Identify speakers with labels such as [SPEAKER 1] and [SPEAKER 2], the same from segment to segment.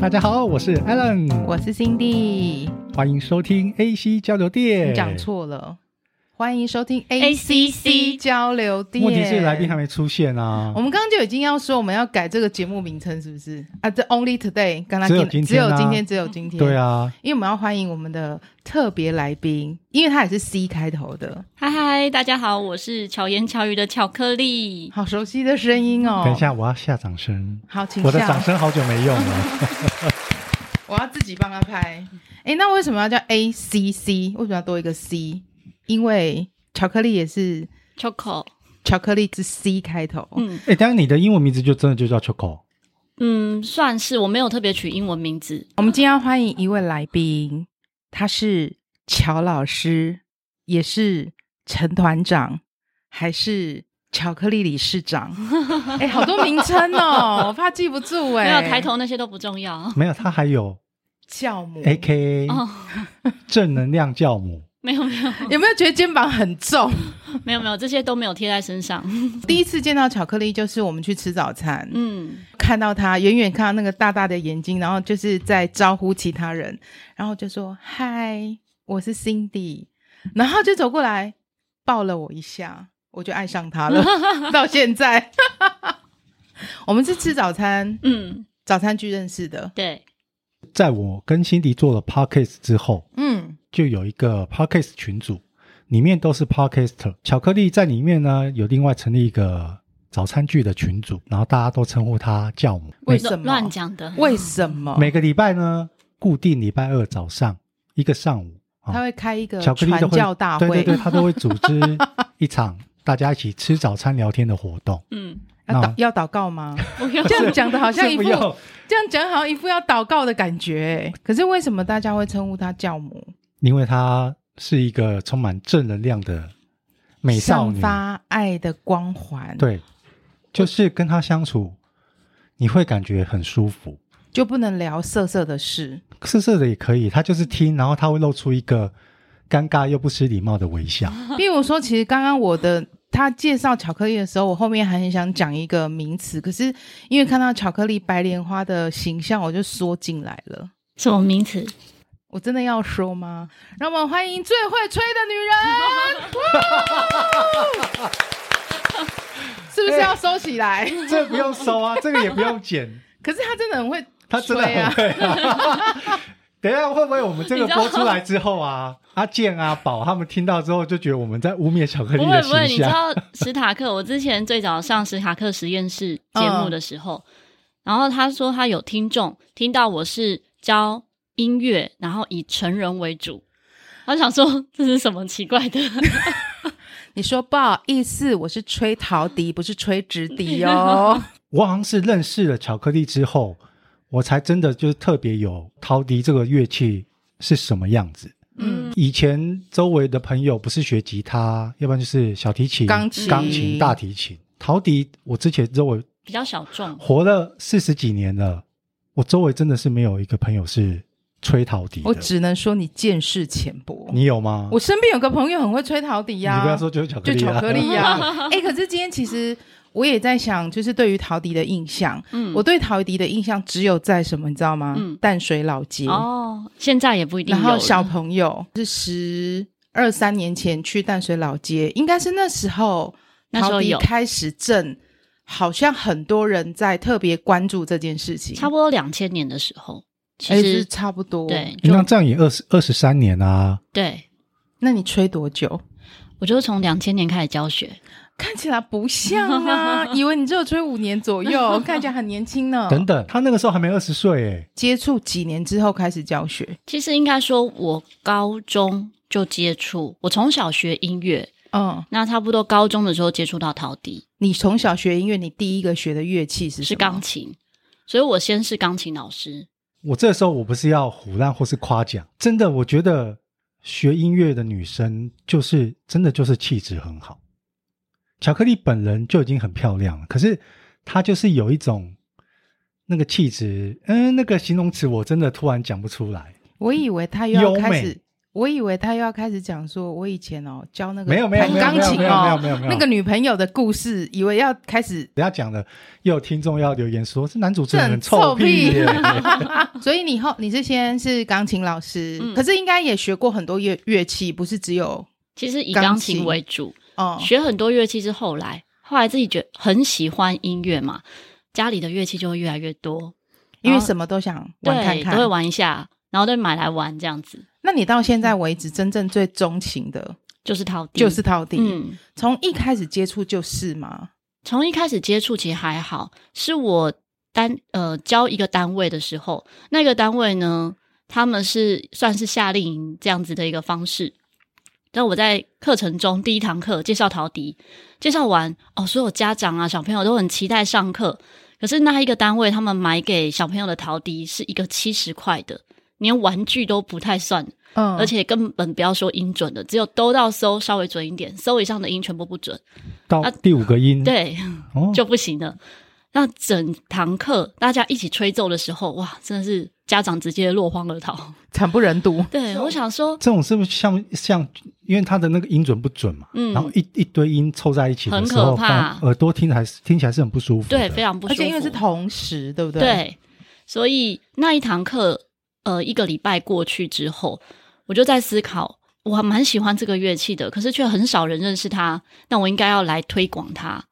[SPEAKER 1] 大家好，我是 Alan，
[SPEAKER 2] 我是 Cindy，
[SPEAKER 1] 欢迎收听 AC 交流
[SPEAKER 2] 你
[SPEAKER 1] 店。
[SPEAKER 2] 讲，错了，欢迎收听
[SPEAKER 3] ACC
[SPEAKER 2] ACC 交流店。
[SPEAKER 1] 问题是来宾还没出现啊
[SPEAKER 2] 我。们刚刚就已经要说我们要改这个节目名称，是不是啊？这 Only Today，刚刚
[SPEAKER 1] 只有今
[SPEAKER 2] 只
[SPEAKER 1] 天啊
[SPEAKER 2] 有今天，只有今天。
[SPEAKER 1] 对，啊，
[SPEAKER 2] 因为我们要欢迎我们的特别来宾，因为他也是 C 开头的，
[SPEAKER 3] 嗨嗨，大家好，我是巧言巧语的巧克力。
[SPEAKER 2] 好熟悉的声音哦。
[SPEAKER 1] 等一，下我要下掌声，
[SPEAKER 2] 好，请
[SPEAKER 1] 我的
[SPEAKER 2] 下
[SPEAKER 1] 掌声好久没用 了。
[SPEAKER 2] 我要自己帮他拍。哎，那为什么要叫 A C C？为什么要多一个 C？因为巧克力也是
[SPEAKER 3] Choco，
[SPEAKER 2] 哦巧克力是 C 开头。
[SPEAKER 3] 嗯
[SPEAKER 1] 哎，当然你的英文名字就真的就叫 Choco，
[SPEAKER 3] 嗯，算是我没有特别取英文名字。
[SPEAKER 2] 我们今天要欢迎一位来宾，他是乔老师，也是陈团长，还是巧克力理事长。 哎、好多名称哦，我怕记不住哎、
[SPEAKER 3] 没有抬头那些都不重要。
[SPEAKER 1] 没有，他还有
[SPEAKER 2] 酵母
[SPEAKER 1] A
[SPEAKER 2] 嗯
[SPEAKER 1] K A
[SPEAKER 3] 哦，
[SPEAKER 1] 正能量教母。
[SPEAKER 3] 没有没有
[SPEAKER 2] 有没有觉得肩膀很重？
[SPEAKER 3] 没有没有，这些都没有贴在身上。
[SPEAKER 2] 第一次见到巧克力就是我们去吃早餐，
[SPEAKER 3] 嗯，
[SPEAKER 2] 看到他远远看到那个大大的眼睛，然后就是在招呼其他人，然后就说：“嗨，我是 Cindy。”然后就走过来抱了我一下，我就爱上 他了，到现在。我们是吃早餐，
[SPEAKER 3] 嗯，
[SPEAKER 2] 早餐去认识的。
[SPEAKER 3] 对，
[SPEAKER 1] 在我跟辛迪做了 Podcast 之后，
[SPEAKER 2] 嗯，
[SPEAKER 1] 就有一个 Podcast 群组，里面都是 Podcaster。巧克力在里面呢，有另外成立一个早餐剧的群组，然后大家都称呼他教母。
[SPEAKER 2] 为什么
[SPEAKER 3] 乱？讲的？
[SPEAKER 2] 为什么？
[SPEAKER 1] 每个礼拜呢，固定礼拜二早上一个上午，啊
[SPEAKER 2] 他会开一个
[SPEAKER 1] 巧克力都
[SPEAKER 2] 传
[SPEAKER 1] 会
[SPEAKER 2] 教大
[SPEAKER 1] 对
[SPEAKER 2] 会
[SPEAKER 1] 对，对，他都会组织一场大家一起吃早餐聊天的活动。
[SPEAKER 3] 嗯，
[SPEAKER 2] 要
[SPEAKER 1] 那
[SPEAKER 2] 祷要祷告吗？
[SPEAKER 3] 不用
[SPEAKER 2] 这样讲的好像一
[SPEAKER 1] 啊 是
[SPEAKER 2] 副
[SPEAKER 1] 不用
[SPEAKER 2] 这样讲好像一副要祷告的感觉欸。可是为什么大家会称呼他教母？
[SPEAKER 1] 因为她是一个充满正能量的美少女
[SPEAKER 2] 散，发爱的光环，，
[SPEAKER 1] 对，就是跟她相处，你会感觉很舒服。
[SPEAKER 2] 就不能聊色色的事。
[SPEAKER 1] 色色的也可以，她就是听，然后她会露出一个尴尬又不失礼貌的微 笑。
[SPEAKER 2] 比如说，其实刚刚我的他介绍巧克力的时候，我后面还很想讲一个名词，可是因为看到巧克力白莲花的形象，我就缩进来了。
[SPEAKER 3] 什么名词？
[SPEAKER 2] 我真的要说吗？让我们欢迎最会吹的 女人，哇是不是要收起来？
[SPEAKER 1] 这个不用收啊，这个也不用剪。
[SPEAKER 2] 可是她真的很会吹啊，
[SPEAKER 1] 他真的 很会、啊。等一下会不会我们这个播出来之后啊，阿健啊、宝他们听到之后就觉得我们在污蔑巧克力
[SPEAKER 3] 不
[SPEAKER 1] 的
[SPEAKER 3] 会不会，你
[SPEAKER 1] 形
[SPEAKER 3] 知
[SPEAKER 1] 象？
[SPEAKER 3] 道 史塔克？我之前最早上史塔克实验室节目的时候，然后他说他有听众听到我是教音乐，然后以成人为主，他就想说这是什么奇怪的？
[SPEAKER 2] 你说不好意思，我是吹陶笛，不是吹直笛 哦。
[SPEAKER 1] 我好像是认识了巧克力之后，我才真的就是特别有陶笛这个乐器是什么样子。
[SPEAKER 2] 嗯
[SPEAKER 3] 嗯，
[SPEAKER 1] 以前周围的朋友不是学吉他，要不然就是小提琴、
[SPEAKER 2] 钢琴
[SPEAKER 1] 钢琴、大提琴、陶笛。我之前周围
[SPEAKER 3] 比较小众。
[SPEAKER 1] 活了四十几年了，我周围真的是没有一个朋友是吹陶笛的。
[SPEAKER 2] 我只能说你见识浅薄。
[SPEAKER 1] 你有吗？
[SPEAKER 2] 我身边有个朋友很会吹陶笛呀、
[SPEAKER 1] 你不要说就是巧克
[SPEAKER 2] 就
[SPEAKER 1] 力、啊，
[SPEAKER 2] 巧克力呀、 哎、可是今天其实我也在想，就是对于陶笛的印象，
[SPEAKER 3] 嗯，
[SPEAKER 2] 我对陶笛的印象只有在什么，你知道吗？
[SPEAKER 3] 嗯
[SPEAKER 2] 淡水老街，
[SPEAKER 3] 哦，现在也不一定
[SPEAKER 2] 然
[SPEAKER 3] 有
[SPEAKER 2] 后
[SPEAKER 3] 了。
[SPEAKER 2] 小朋友是十二三年前去淡水老街，应该是那时候
[SPEAKER 3] 那时
[SPEAKER 2] 陶
[SPEAKER 3] 候
[SPEAKER 2] 笛
[SPEAKER 3] 有
[SPEAKER 2] 开始正，好像很多人在特别关注这件事情，
[SPEAKER 3] 差不多两千年的时
[SPEAKER 2] 哎
[SPEAKER 3] 候，其
[SPEAKER 2] 是
[SPEAKER 3] 实
[SPEAKER 2] 差不多。
[SPEAKER 3] 对，
[SPEAKER 1] 那
[SPEAKER 3] 就
[SPEAKER 1] 这样也二十二十三年啊，
[SPEAKER 3] 对，
[SPEAKER 2] 那你吹多久？
[SPEAKER 3] 我就是从两千年开始教学。
[SPEAKER 2] 看起来不像啊，以为你只有吹五年左 右，看起来很年轻呢。
[SPEAKER 1] 等等，他那个时候还没二十岁哎，
[SPEAKER 2] 接触几年之后开始教学，
[SPEAKER 3] 其实应该说，我高中就接触，我从小学音乐，
[SPEAKER 2] 嗯，
[SPEAKER 3] 那差不多高中的时候接触到陶笛，
[SPEAKER 2] 你从小学音乐，你第一个学的乐器是什
[SPEAKER 3] 是
[SPEAKER 2] 么
[SPEAKER 3] 钢琴，所以我先是钢琴老师。
[SPEAKER 1] 我这时候我不是要胡乱或是夸奖，真的，我觉得学音乐的女生就是真的就是气质很好，巧克力本人就已经很漂亮了，可是她就是有一种那个气质，嗯，那个形容词我真的突然讲不出来，
[SPEAKER 2] 我以为他又要
[SPEAKER 1] 优
[SPEAKER 2] 开
[SPEAKER 1] 美
[SPEAKER 2] 始，我以为他又要开始讲说，我以前哦教那个
[SPEAKER 1] 没有没有
[SPEAKER 2] 弹
[SPEAKER 1] 没有
[SPEAKER 2] 钢琴
[SPEAKER 1] 没有没有没有没有
[SPEAKER 2] 哦
[SPEAKER 1] 没有，
[SPEAKER 2] 那个女朋友的故事，以为要开始
[SPEAKER 1] 人家讲的，也有听众要留言说，这男主持
[SPEAKER 2] 这
[SPEAKER 1] 人
[SPEAKER 2] 很
[SPEAKER 1] 很臭屁耶，
[SPEAKER 2] 所以你后你是先是钢琴老师，
[SPEAKER 3] 嗯
[SPEAKER 2] 可是应该也学过很多乐乐器，不是只有
[SPEAKER 3] 其实以
[SPEAKER 2] 钢
[SPEAKER 3] 钢琴
[SPEAKER 2] 琴
[SPEAKER 3] 为主，
[SPEAKER 2] 哦
[SPEAKER 3] 学很多乐器是后来，后来自己觉得很喜欢音乐嘛，家里的乐器就会越来越多，
[SPEAKER 2] 因为
[SPEAKER 3] 然后
[SPEAKER 2] 什么都想玩看
[SPEAKER 3] 对，都会
[SPEAKER 2] 看。
[SPEAKER 3] 玩一下，然后再买来玩这样子，
[SPEAKER 2] 那你到现在
[SPEAKER 3] 嗯
[SPEAKER 2] 为止，真正最钟情的
[SPEAKER 3] 就是陶笛，
[SPEAKER 2] 就是陶笛，
[SPEAKER 3] 嗯，
[SPEAKER 2] 从一开始接触就是嘛。
[SPEAKER 3] 从一开始接触其实还好，是我单呃教一个单位的时候，那个单位呢，他们是算是夏令营这样子的一个方式。那我在课程中第一堂课介绍陶笛，介绍完哦，所有家长啊小朋友都很期待上课。可是那一个单位他们买给小朋友的陶笛是一个七十块的，连玩具都不太算，
[SPEAKER 2] 嗯，
[SPEAKER 3] 而且根本不要说音准的，只有兜到搜稍微准一点，搜以上的音全部不准。
[SPEAKER 1] 到
[SPEAKER 3] 啊
[SPEAKER 1] 第五个音，
[SPEAKER 3] 对，
[SPEAKER 1] 哦，
[SPEAKER 3] 就不行了。那整堂课大家一起吹奏的时候，哇，真的是家长直接落荒而逃。
[SPEAKER 2] 惨不忍睹。
[SPEAKER 3] 对，我想说
[SPEAKER 1] 这种是不是像像，因为他的那个音准不准嘛，
[SPEAKER 3] 嗯
[SPEAKER 1] 然后一一堆音凑在一起的
[SPEAKER 3] 很
[SPEAKER 1] 时候，
[SPEAKER 3] 可怕
[SPEAKER 1] 反而耳朵听还是听起来是很不舒服的。
[SPEAKER 3] 对，非常不舒
[SPEAKER 2] 而
[SPEAKER 3] 服。
[SPEAKER 2] 且因为是同时，对不对？
[SPEAKER 3] 对，所以那一堂课，呃，一个礼拜过去之后，我就在思考，我还蛮喜欢这个乐器的，可是却很少人认识它，那我应该要来推广它。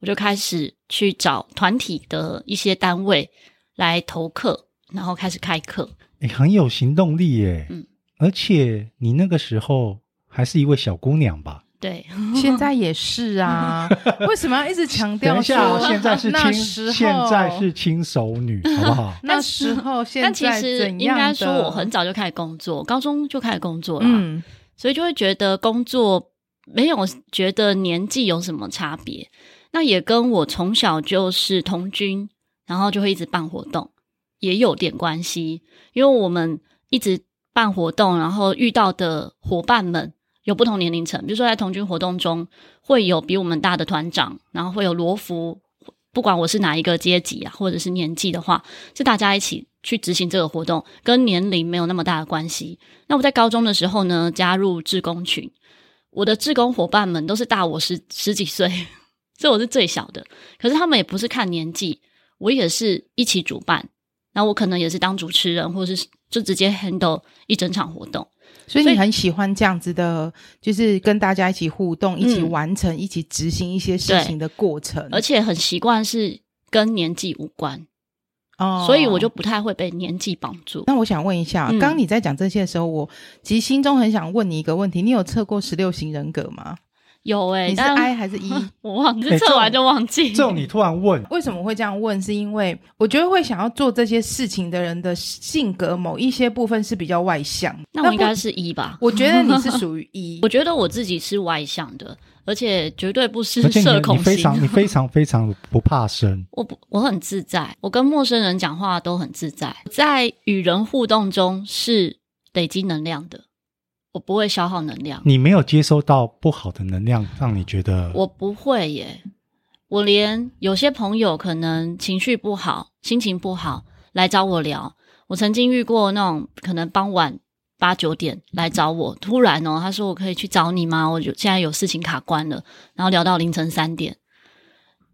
[SPEAKER 3] 我就开始去找团体的一些单位来投课，然后开始开课。
[SPEAKER 1] 诶哎很有行动力耶。
[SPEAKER 3] 嗯
[SPEAKER 1] 而且你那个时候还是一位小姑娘吧？
[SPEAKER 3] 对，
[SPEAKER 2] 现在也是 啊。为什么要一直强
[SPEAKER 1] 等
[SPEAKER 2] 调
[SPEAKER 1] 一下哦，
[SPEAKER 2] 说
[SPEAKER 1] 现在是
[SPEAKER 2] 那
[SPEAKER 1] 轻，
[SPEAKER 2] 时候？？
[SPEAKER 1] 现在是轻熟 女，好不好
[SPEAKER 2] 那时候，现在
[SPEAKER 3] 但其实
[SPEAKER 2] 怎
[SPEAKER 3] 应
[SPEAKER 2] 样
[SPEAKER 3] 该说，
[SPEAKER 2] 的
[SPEAKER 3] 我很早就开始工作，高中就开始工作了，
[SPEAKER 2] 嗯
[SPEAKER 3] 所以就会觉得工作没有觉得年纪有什么差别。那也跟我从小就是童军，然后就会一直办活动，也有点关系，因为我们一直办活动，然后遇到的伙伴们。有不同年龄层，比如说在童军活动中，会有比我们大的团长，然后会有罗服，不管我是哪一个阶级啊，或者是年纪的话，是大家一起去执行这个活动，跟年龄没有那么大的关系。那我在高中的时候呢，加入志工群，我的志工伙伴们都是大我十十几岁，所以我是最小的。可是他们也不是看年纪，我也是一起主办，然后我可能也是当主持人，或是就直接 handle 一整场活动。
[SPEAKER 2] 所以
[SPEAKER 3] 所
[SPEAKER 2] 你
[SPEAKER 3] 以
[SPEAKER 2] 很喜欢这样子的，就是跟大家一起互动、一起
[SPEAKER 3] 嗯
[SPEAKER 2] 完成、一起执行一些事
[SPEAKER 3] 对
[SPEAKER 2] 情的过程，
[SPEAKER 1] 嗯
[SPEAKER 3] 而且很习惯是跟年纪无关，
[SPEAKER 2] 哦
[SPEAKER 3] 所以我就不太会被年纪绑住。
[SPEAKER 2] 那我想问一下，
[SPEAKER 3] 嗯
[SPEAKER 2] 刚刚你在讲这些的时候，我其实心中很想问你一个问题：你有测过十六型人格吗？
[SPEAKER 3] 有哎、
[SPEAKER 2] 你是
[SPEAKER 3] 但
[SPEAKER 2] I 还是 E？
[SPEAKER 3] 我忘
[SPEAKER 1] 哎
[SPEAKER 3] 记测完就忘记。
[SPEAKER 1] 这种你突然问，
[SPEAKER 2] 为什么会这样问？是因为我觉得会想要做这些事情的人的性格某一些部分是比较外向。
[SPEAKER 3] 那我应该
[SPEAKER 2] 不，
[SPEAKER 3] 是一吧？
[SPEAKER 2] 我觉得你 是属于 E
[SPEAKER 3] 我。觉得我自己是外向的，而且绝对不是
[SPEAKER 1] 而且
[SPEAKER 3] 社
[SPEAKER 1] 你你
[SPEAKER 3] 恐
[SPEAKER 1] 非常
[SPEAKER 3] 型。
[SPEAKER 1] 你非常非常不怕生，
[SPEAKER 3] 我不，我很自在，我跟陌生人讲话都很自在，在与人互动中是累积能量的，我不会消耗能量，
[SPEAKER 1] 你没有接收到不好的能量，让你觉得
[SPEAKER 3] 我不会耶。我连有些朋友可能情绪不好、心情不好来找我聊，我曾经遇过那种可能傍晚八九点来找我，突然哦，他说我可以去找你吗？我就现在有事情卡关了，然后聊到凌晨三点，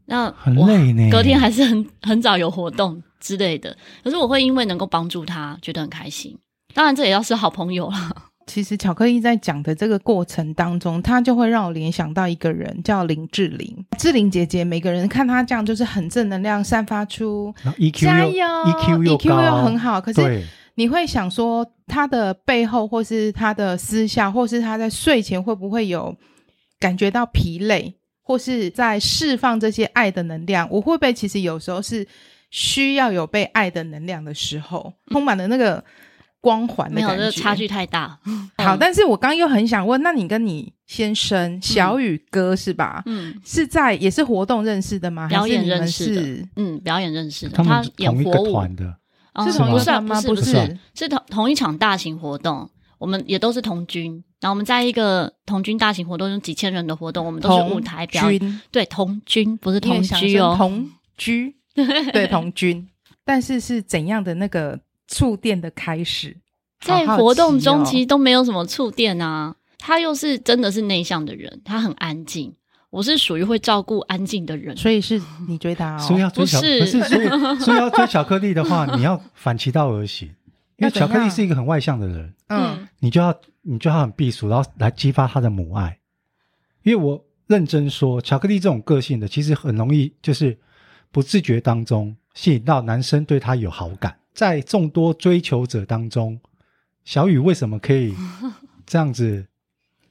[SPEAKER 3] 那
[SPEAKER 1] 很
[SPEAKER 3] 我
[SPEAKER 1] 累呢。
[SPEAKER 3] 隔天还是很很早有活动之类的。可是我会因为能够帮助他，觉得很开心。当然，这也要是好朋友啦。
[SPEAKER 2] 其实巧克力在讲的这个过程当中，他就会让我联想到一个人叫林志玲。志玲姐姐，每个人看她这样就是很正能量，散发出
[SPEAKER 1] 然后 EQ
[SPEAKER 2] 加
[SPEAKER 1] E 又
[SPEAKER 2] 油
[SPEAKER 1] EQ 又
[SPEAKER 2] EQ
[SPEAKER 1] 高，
[SPEAKER 2] 又很好可是
[SPEAKER 1] 对
[SPEAKER 2] 你会想说他的背后，或是他的私下，或是他在睡前会不会有感觉到疲累，或是在释放这些爱的能量？我会不会其实有时候是需要有被爱的能量的时候，充满了那个光环的
[SPEAKER 3] 没有，
[SPEAKER 2] 感
[SPEAKER 3] 这
[SPEAKER 2] 觉？
[SPEAKER 3] 个差距嗯太大。
[SPEAKER 2] 好，但是我刚刚又很想问，那你跟你先生小雨哥是吧？
[SPEAKER 3] 嗯
[SPEAKER 2] 是在也是活动认识的吗？
[SPEAKER 3] 表演
[SPEAKER 2] 还是你们
[SPEAKER 3] 认识的
[SPEAKER 2] 是
[SPEAKER 3] 嗯，表演认识的，
[SPEAKER 1] 他
[SPEAKER 3] 他
[SPEAKER 1] 们
[SPEAKER 3] 演
[SPEAKER 1] 同一
[SPEAKER 3] 火
[SPEAKER 1] 个
[SPEAKER 3] 舞，
[SPEAKER 1] 团的，
[SPEAKER 3] 哦
[SPEAKER 2] 是同一
[SPEAKER 3] 不
[SPEAKER 2] 个团
[SPEAKER 3] 算
[SPEAKER 2] 吗？
[SPEAKER 3] 不
[SPEAKER 2] 不
[SPEAKER 3] 是
[SPEAKER 1] 是啊
[SPEAKER 3] 是同同一场大型活动，我们也都是同军。然后我们在一个同军大型活动，就几千人的活动，我们都是舞台表演。
[SPEAKER 2] 军
[SPEAKER 3] 对，同军不是
[SPEAKER 2] 因
[SPEAKER 3] 同
[SPEAKER 2] 为想
[SPEAKER 3] 居
[SPEAKER 2] 说
[SPEAKER 3] 哦。
[SPEAKER 2] 同 居，对，同居。但是是怎样的那个触电的开始？
[SPEAKER 3] 在
[SPEAKER 2] 好好
[SPEAKER 3] 活动
[SPEAKER 2] 奇
[SPEAKER 3] 中
[SPEAKER 2] 哦
[SPEAKER 3] 其实都没有什么触电啊。他又是真的是内向的人，他很安静。我是属于会照顾安静的人，
[SPEAKER 2] 所以是你追他
[SPEAKER 1] 所以
[SPEAKER 2] 哦，
[SPEAKER 1] 要追小
[SPEAKER 3] 不是
[SPEAKER 1] 不是，所以 所以要追巧克力的话，你要反其道而行，因为
[SPEAKER 2] 要怎
[SPEAKER 1] 巧
[SPEAKER 2] 样
[SPEAKER 1] 克力是一个很外向的人，
[SPEAKER 2] 嗯，
[SPEAKER 1] 你就要你就要很避暑，然后来激发他的母爱。因为我认真说，巧克力这种个性的，其实很容易就是不自觉当中吸引到男生对他有好感。在众多追求者当中，小雨为什么可以这样子？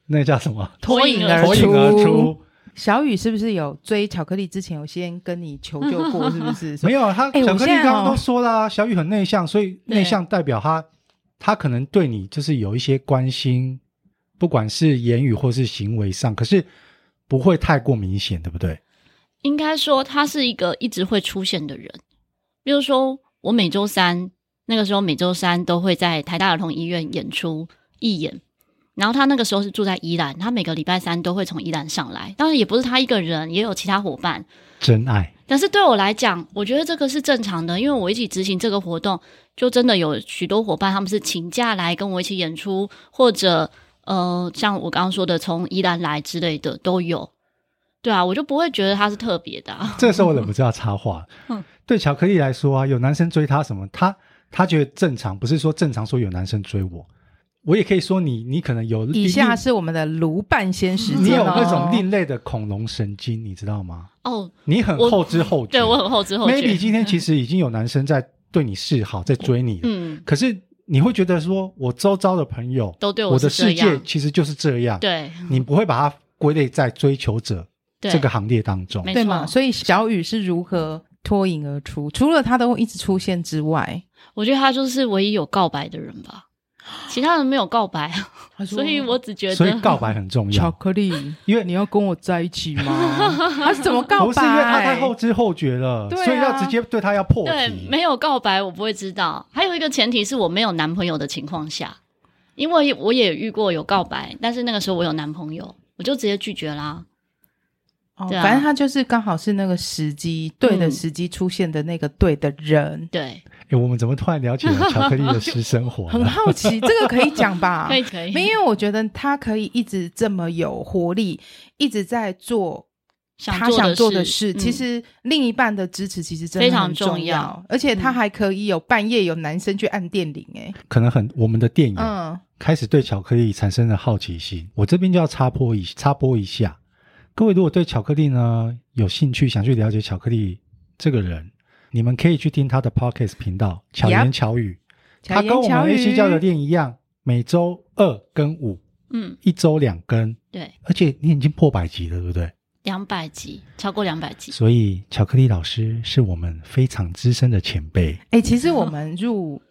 [SPEAKER 1] 那叫什么？
[SPEAKER 3] 脱颖而
[SPEAKER 1] 脱颖而啊出。
[SPEAKER 2] 小雨是不是有追巧克力之前有先跟你求救 过？是不是？
[SPEAKER 1] 没有，啊他
[SPEAKER 2] 哎我
[SPEAKER 1] 巧克力
[SPEAKER 2] 现在
[SPEAKER 1] 刚刚
[SPEAKER 2] 哦
[SPEAKER 1] 都说啦，小雨很内向，所以内向代表他，他可能对你就是有一些关心，不管是言语或是行为上，可是不会太过明显，对不对？
[SPEAKER 3] 应该说他是一个一直会出现的人。比如说，我每周三那个时候，每周三都会在台大儿童医院演出义演。然后他那个时候是住在宜兰，他每个礼拜三都会从宜兰上来。当然也不是他一个人，也有其他伙伴。
[SPEAKER 1] 真 爱
[SPEAKER 3] 但是对我来讲，我觉得这个是正常的，因为我一起执行这个活动，就真的有许多伙伴他们是请假来跟我一起演出，或者呃，像我刚刚说的从宜兰来之类的都有。对啊，我就不会觉得他是特别的、啊。
[SPEAKER 1] 这时候我忍不住要插话。
[SPEAKER 3] 嗯
[SPEAKER 1] 对巧克力来说啊，有男生追她什么，她她觉得正常，不是说正常说有男生追我，我也可以说你，你可能有
[SPEAKER 2] 以下
[SPEAKER 1] 另
[SPEAKER 2] 是我们的卢半仙时
[SPEAKER 1] 你
[SPEAKER 2] 间
[SPEAKER 1] 有
[SPEAKER 2] 哦，
[SPEAKER 1] 那种另类的恐龙神经，你知道吗？
[SPEAKER 3] 哦，
[SPEAKER 1] 你很
[SPEAKER 3] 我
[SPEAKER 1] 后知后觉，
[SPEAKER 3] 对我很后知后 觉。
[SPEAKER 1] maybe 今天其实已经有男生在对你示好，在追你了，
[SPEAKER 3] 嗯，
[SPEAKER 1] 可是你会觉得说，我周遭的朋友，
[SPEAKER 3] 都对
[SPEAKER 1] 我的
[SPEAKER 3] 是这
[SPEAKER 1] 世界
[SPEAKER 3] 样。
[SPEAKER 1] 其实就是这样，
[SPEAKER 3] 对
[SPEAKER 1] 你不会把它归类在追求者
[SPEAKER 3] 对，
[SPEAKER 1] 这个行列当中。
[SPEAKER 3] 没
[SPEAKER 2] 对
[SPEAKER 3] 错
[SPEAKER 2] 嘛？所以小雨是如何脱颖而出？除了他都会一直出现之外，
[SPEAKER 3] 我觉得他就是唯一有告白的人吧，其他人没有告白，
[SPEAKER 2] 他说
[SPEAKER 3] 所以我只觉得
[SPEAKER 1] 所以告白很重
[SPEAKER 2] 巧
[SPEAKER 1] 要，
[SPEAKER 2] 克力，
[SPEAKER 1] 因为
[SPEAKER 2] 你要跟我在一 起吗？他是怎么告白？
[SPEAKER 1] 不是因为他太后知后觉了，
[SPEAKER 2] 对啊
[SPEAKER 1] 所以要直接对他要破
[SPEAKER 3] 对，
[SPEAKER 1] 题。
[SPEAKER 3] 没有告白我不会知道。还有一个前提是我没有男朋友的情况下，因为我也遇过有告白，但是那个时候我有男朋友，我就直接拒绝啦。
[SPEAKER 2] 哦，
[SPEAKER 3] 对啊
[SPEAKER 2] 反正他就是刚好是那个时机，对的
[SPEAKER 3] 嗯
[SPEAKER 2] 时机出现的那个对的人。
[SPEAKER 3] 对，
[SPEAKER 1] 哎，我们怎么突然了解了巧克力的私生活
[SPEAKER 2] 很
[SPEAKER 1] 呢？
[SPEAKER 2] 好奇，这个可以讲吧？
[SPEAKER 3] 可以可以，
[SPEAKER 2] 没有，因为我觉得他可以一直这么有活力，一直在做他想做的事。
[SPEAKER 3] 嗯
[SPEAKER 2] 其实另一半的支持其实真的
[SPEAKER 3] 非常
[SPEAKER 2] 很
[SPEAKER 3] 重
[SPEAKER 2] 重
[SPEAKER 3] 要
[SPEAKER 2] 而且他
[SPEAKER 3] 嗯
[SPEAKER 2] 还可以有半夜有男生去按电铃、欸，
[SPEAKER 1] 可能很我们的电影啊
[SPEAKER 2] 嗯，
[SPEAKER 1] 开始对巧克力产生了好奇心。我这边就要插播一插播一下，各位如果对巧克力呢有兴趣，想去了解巧克力这个人，你们可以去听他的 podcast 频道《巧
[SPEAKER 2] Yep
[SPEAKER 1] 言巧语》，
[SPEAKER 2] 巧
[SPEAKER 1] 他
[SPEAKER 2] 言
[SPEAKER 1] 跟我
[SPEAKER 2] 巧
[SPEAKER 1] 们 AC
[SPEAKER 2] 语
[SPEAKER 1] 交流店一样，每周二跟五，
[SPEAKER 3] 嗯，
[SPEAKER 1] 一周两更，
[SPEAKER 3] 对，
[SPEAKER 1] 而且你已经破百集了，对不对？
[SPEAKER 3] 两百集，超过两百集，
[SPEAKER 1] 所以巧克力老师是我们非常资深的前辈。
[SPEAKER 2] 哎、其实我们入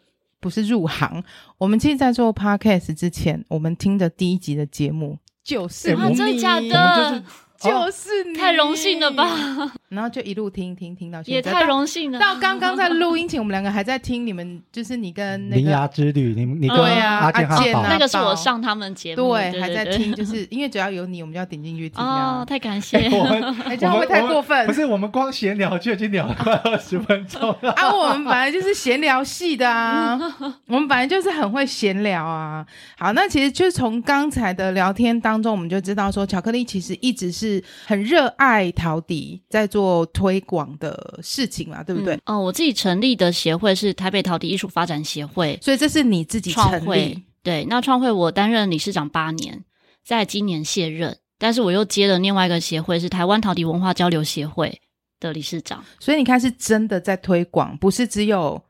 [SPEAKER 2] 不是入行，我们其实，在做 podcast 之前，我们听的第一集的节目就是
[SPEAKER 1] 哎
[SPEAKER 3] 啊，
[SPEAKER 1] 我们
[SPEAKER 2] 你，
[SPEAKER 3] 真的假
[SPEAKER 1] 我们
[SPEAKER 3] 的？
[SPEAKER 1] 哦
[SPEAKER 2] 就是你，
[SPEAKER 3] 太荣幸了吧，
[SPEAKER 2] 然后就一路听听听到现在，
[SPEAKER 3] 也太
[SPEAKER 2] 到
[SPEAKER 3] 荣幸了。
[SPEAKER 2] 到刚刚在录音前，我们两个还在听你们，就是你跟那
[SPEAKER 1] 铃
[SPEAKER 2] 个
[SPEAKER 1] 芽之旅，你你跟
[SPEAKER 3] 对啊
[SPEAKER 1] 阿健
[SPEAKER 2] 阿
[SPEAKER 1] 汉
[SPEAKER 2] 健
[SPEAKER 1] 堡
[SPEAKER 2] 啊
[SPEAKER 3] 那个是我上他们节目，对，
[SPEAKER 2] 对，还在
[SPEAKER 3] 对。
[SPEAKER 2] 听，就是因为只要有你，我们就要点进去听
[SPEAKER 3] 哦
[SPEAKER 2] 啊，。
[SPEAKER 3] 太感谢，
[SPEAKER 1] 我们
[SPEAKER 2] 哎， 这样会不会太过分
[SPEAKER 1] 不？是，我们光闲聊就已经聊了快二 十分钟了。
[SPEAKER 2] 啊，我们本来就是闲聊系的 啊，我们本来就是很会闲聊啊。好，那其实就是从刚才的聊天当中，我们就知道说，巧克力其实一直是很热爱陶笛，在做推广的事情嘛，对不对？
[SPEAKER 3] 嗯哦，我自己成立的协会是台北陶笛艺术发展协会，
[SPEAKER 2] 所以这是你自己
[SPEAKER 3] 创
[SPEAKER 2] 成
[SPEAKER 3] 会
[SPEAKER 2] 立，。
[SPEAKER 3] 对，那创会我担任理事长八年，在今年卸任，但是我又接了另外一个协会，是台湾陶笛文化交流协会的理事长。
[SPEAKER 2] 所以你看是真的在推广，不是只有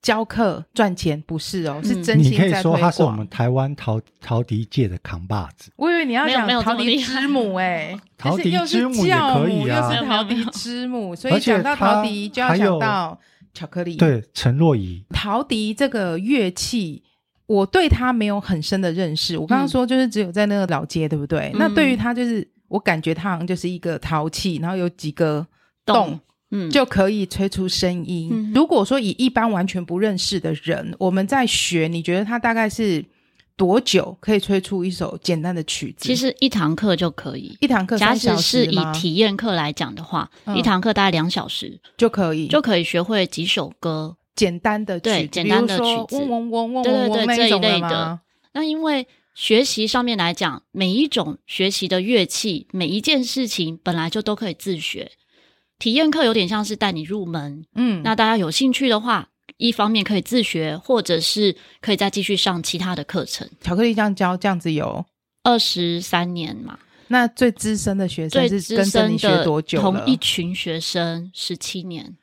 [SPEAKER 2] 教课赚钱，不是哦，是
[SPEAKER 3] 嗯
[SPEAKER 2] 真
[SPEAKER 1] 你
[SPEAKER 2] 心
[SPEAKER 1] 可以
[SPEAKER 2] 在推
[SPEAKER 1] 说
[SPEAKER 2] 广。
[SPEAKER 1] 他是我们台湾陶陶笛界的扛把子，
[SPEAKER 2] 我以为你要
[SPEAKER 3] 没有
[SPEAKER 2] 讲
[SPEAKER 3] 没有这
[SPEAKER 2] 陶
[SPEAKER 3] 么
[SPEAKER 2] 笛
[SPEAKER 3] 厉害
[SPEAKER 2] 之 母哎、
[SPEAKER 1] 陶
[SPEAKER 2] 就是
[SPEAKER 1] 笛
[SPEAKER 2] 又
[SPEAKER 1] 之
[SPEAKER 2] 是
[SPEAKER 1] 母也
[SPEAKER 2] 教
[SPEAKER 1] 可
[SPEAKER 2] 母
[SPEAKER 1] 以啊
[SPEAKER 2] 又是陶
[SPEAKER 3] 没
[SPEAKER 2] 笛
[SPEAKER 3] 有没有没有
[SPEAKER 2] 之母，所以
[SPEAKER 1] 而且
[SPEAKER 2] 讲到
[SPEAKER 1] 它
[SPEAKER 2] 陶笛就要
[SPEAKER 1] 还有
[SPEAKER 2] 想到巧克力。，
[SPEAKER 1] 对陈若仪，
[SPEAKER 2] 陶笛这个乐器。我对它没有很深的认识，我刚刚
[SPEAKER 3] 嗯
[SPEAKER 2] 说就是只有在那个老街，对不对？
[SPEAKER 3] 嗯
[SPEAKER 2] 那对于它，就是我感觉它好像就是一个陶器，然后有几个洞
[SPEAKER 3] 动，嗯，
[SPEAKER 2] 就可以吹出声音。
[SPEAKER 3] 嗯
[SPEAKER 2] 如果说以一般完全不认识的人，我们在学，你觉得它大概是多久可以吹出一首简单的曲子？
[SPEAKER 3] 其实一堂课就可以。
[SPEAKER 2] 一堂课
[SPEAKER 3] 假
[SPEAKER 2] 三
[SPEAKER 3] 使
[SPEAKER 2] 小
[SPEAKER 3] 是
[SPEAKER 2] 时
[SPEAKER 3] 以
[SPEAKER 2] 吗
[SPEAKER 3] 体验课来讲的话，
[SPEAKER 2] 嗯
[SPEAKER 3] 一堂课大概两小时
[SPEAKER 2] 就可以，
[SPEAKER 3] 就可以学会几首歌。
[SPEAKER 2] 简单的曲
[SPEAKER 3] 对
[SPEAKER 2] 子，
[SPEAKER 3] 简单的
[SPEAKER 2] 比如
[SPEAKER 3] 曲
[SPEAKER 2] 说
[SPEAKER 3] 子
[SPEAKER 2] 嗡嗡嗡嗡
[SPEAKER 3] 对对
[SPEAKER 2] 嗡嗡
[SPEAKER 3] 对
[SPEAKER 2] 那
[SPEAKER 3] 这一
[SPEAKER 2] 种
[SPEAKER 3] 类
[SPEAKER 2] 的
[SPEAKER 3] 的
[SPEAKER 2] 吗？
[SPEAKER 3] 那因为学习上面来讲，每一种学习的乐器，每一件事情本来就都可以自学。体验课有点像是带你入门，
[SPEAKER 2] 嗯，
[SPEAKER 3] 那大家有兴趣的话，一方面可以自学，或者是可以再继续上其他的课程。
[SPEAKER 2] 巧克力酱椒这样子有。
[SPEAKER 3] 二十三年嘛，
[SPEAKER 2] 那最资深的学生
[SPEAKER 3] 最
[SPEAKER 2] 是
[SPEAKER 3] 资
[SPEAKER 2] 跟着
[SPEAKER 3] 深
[SPEAKER 2] 你学
[SPEAKER 3] 的
[SPEAKER 2] 多久了
[SPEAKER 3] 同一群学生十七年，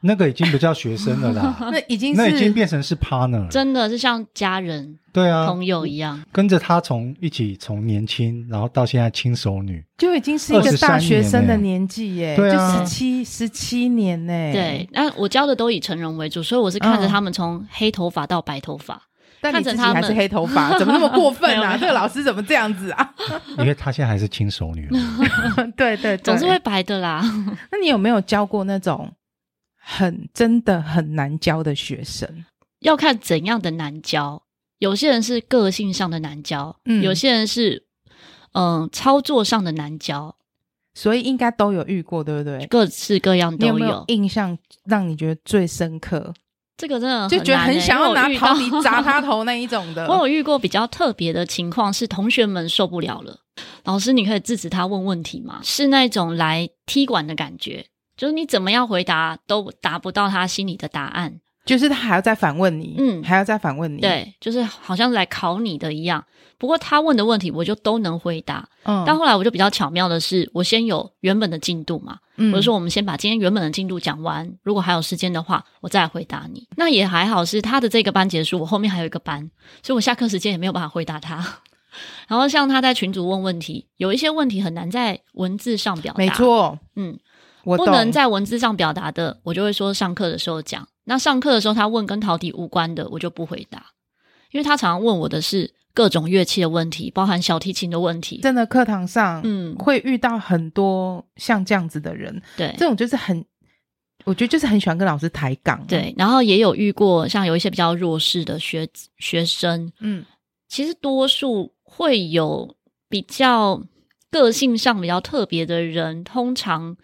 [SPEAKER 1] 那个已经不叫学生了
[SPEAKER 3] 啊
[SPEAKER 1] 啦，
[SPEAKER 2] 那已经
[SPEAKER 1] 那已经
[SPEAKER 2] 是
[SPEAKER 1] 变成是 partner 了。
[SPEAKER 3] 真的是像家人、
[SPEAKER 1] 对
[SPEAKER 2] 嗯
[SPEAKER 1] 啊，
[SPEAKER 3] 朋友一样。
[SPEAKER 1] 跟着他从一起从年轻，然后到现在轻熟 女，
[SPEAKER 2] 就已经是一个
[SPEAKER 1] 23
[SPEAKER 2] 大学生的
[SPEAKER 1] 年欸
[SPEAKER 2] 年纪耶，
[SPEAKER 1] 对
[SPEAKER 2] 就
[SPEAKER 1] 啊
[SPEAKER 2] 十七十七年呢。
[SPEAKER 3] 对，，那我教的都以成人为主，所以我是看着
[SPEAKER 2] 嗯
[SPEAKER 3] 他们从黑头发到白头发。
[SPEAKER 2] 但你自己
[SPEAKER 3] 看着他
[SPEAKER 2] 还
[SPEAKER 3] 们
[SPEAKER 2] 是黑头 发，怎么那么过分
[SPEAKER 3] 没有没
[SPEAKER 2] 啊？
[SPEAKER 3] 有
[SPEAKER 2] 这个老师怎么这样子啊？
[SPEAKER 1] 因为他现在还是轻熟女。
[SPEAKER 2] 对对对，
[SPEAKER 3] 总是会。白的啦。
[SPEAKER 2] 那你有没有教过那种很真的很难教的学生？
[SPEAKER 3] 要看怎样的难教，有些人是个性上的难教，
[SPEAKER 2] 嗯
[SPEAKER 3] 有些人是嗯、呃操作上的难教，
[SPEAKER 2] 所以应该都有遇过，对不对？
[SPEAKER 3] 各式各样
[SPEAKER 2] 你
[SPEAKER 3] 都
[SPEAKER 2] 有没有印象让你觉得最深刻，
[SPEAKER 3] 这个真的
[SPEAKER 2] 就觉得
[SPEAKER 3] 难欸
[SPEAKER 2] 很想要拿陶笛。砸
[SPEAKER 3] 因为我遇到
[SPEAKER 2] 他头那一种的？
[SPEAKER 3] 我有遇过比较特别的情况，是同学们受不了了，老师你可以制止他问问题吗？是那种来踢馆的感觉，就是你怎么样回答都达不到他心里的答案。
[SPEAKER 2] 就是他还要再反问你，
[SPEAKER 3] 嗯
[SPEAKER 2] 还要再反问你，，
[SPEAKER 3] 对，就是好像来考你的一样。不过他问的问题我就都能回答，
[SPEAKER 2] 嗯
[SPEAKER 3] 但后来我就比较巧妙的是，我先有原本的进度嘛，
[SPEAKER 2] 嗯
[SPEAKER 3] 我就说我们先把今天原本的进度讲完，如果还有时间的话，我再来回答你。那也还好，是他的这个班结束，我后面还有一个班，所以我下课时间也没有办法回答他。 然后像他在群组问问题，有一些问题很难在文字上表达，
[SPEAKER 2] 没，错，
[SPEAKER 3] 嗯，
[SPEAKER 2] 我
[SPEAKER 3] 不
[SPEAKER 2] 懂
[SPEAKER 3] 能在文字上表达的，我就会说上课的时候讲。那上课的时候他问跟陶笛无关的，我就不回答，因为他常常问我的是各种乐器的问题，包含小提琴的问题。
[SPEAKER 2] 真的课堂上，
[SPEAKER 3] 嗯，
[SPEAKER 2] 会遇到很多像这样子的人，
[SPEAKER 3] 对，
[SPEAKER 2] 这种就是很，我觉得就是很喜欢跟老师抬杠，，啊
[SPEAKER 3] 对，然后也有遇过像有一些比较弱势的学学生，
[SPEAKER 2] 嗯，
[SPEAKER 3] 其实多数会有比较个性上比较特别的人，通常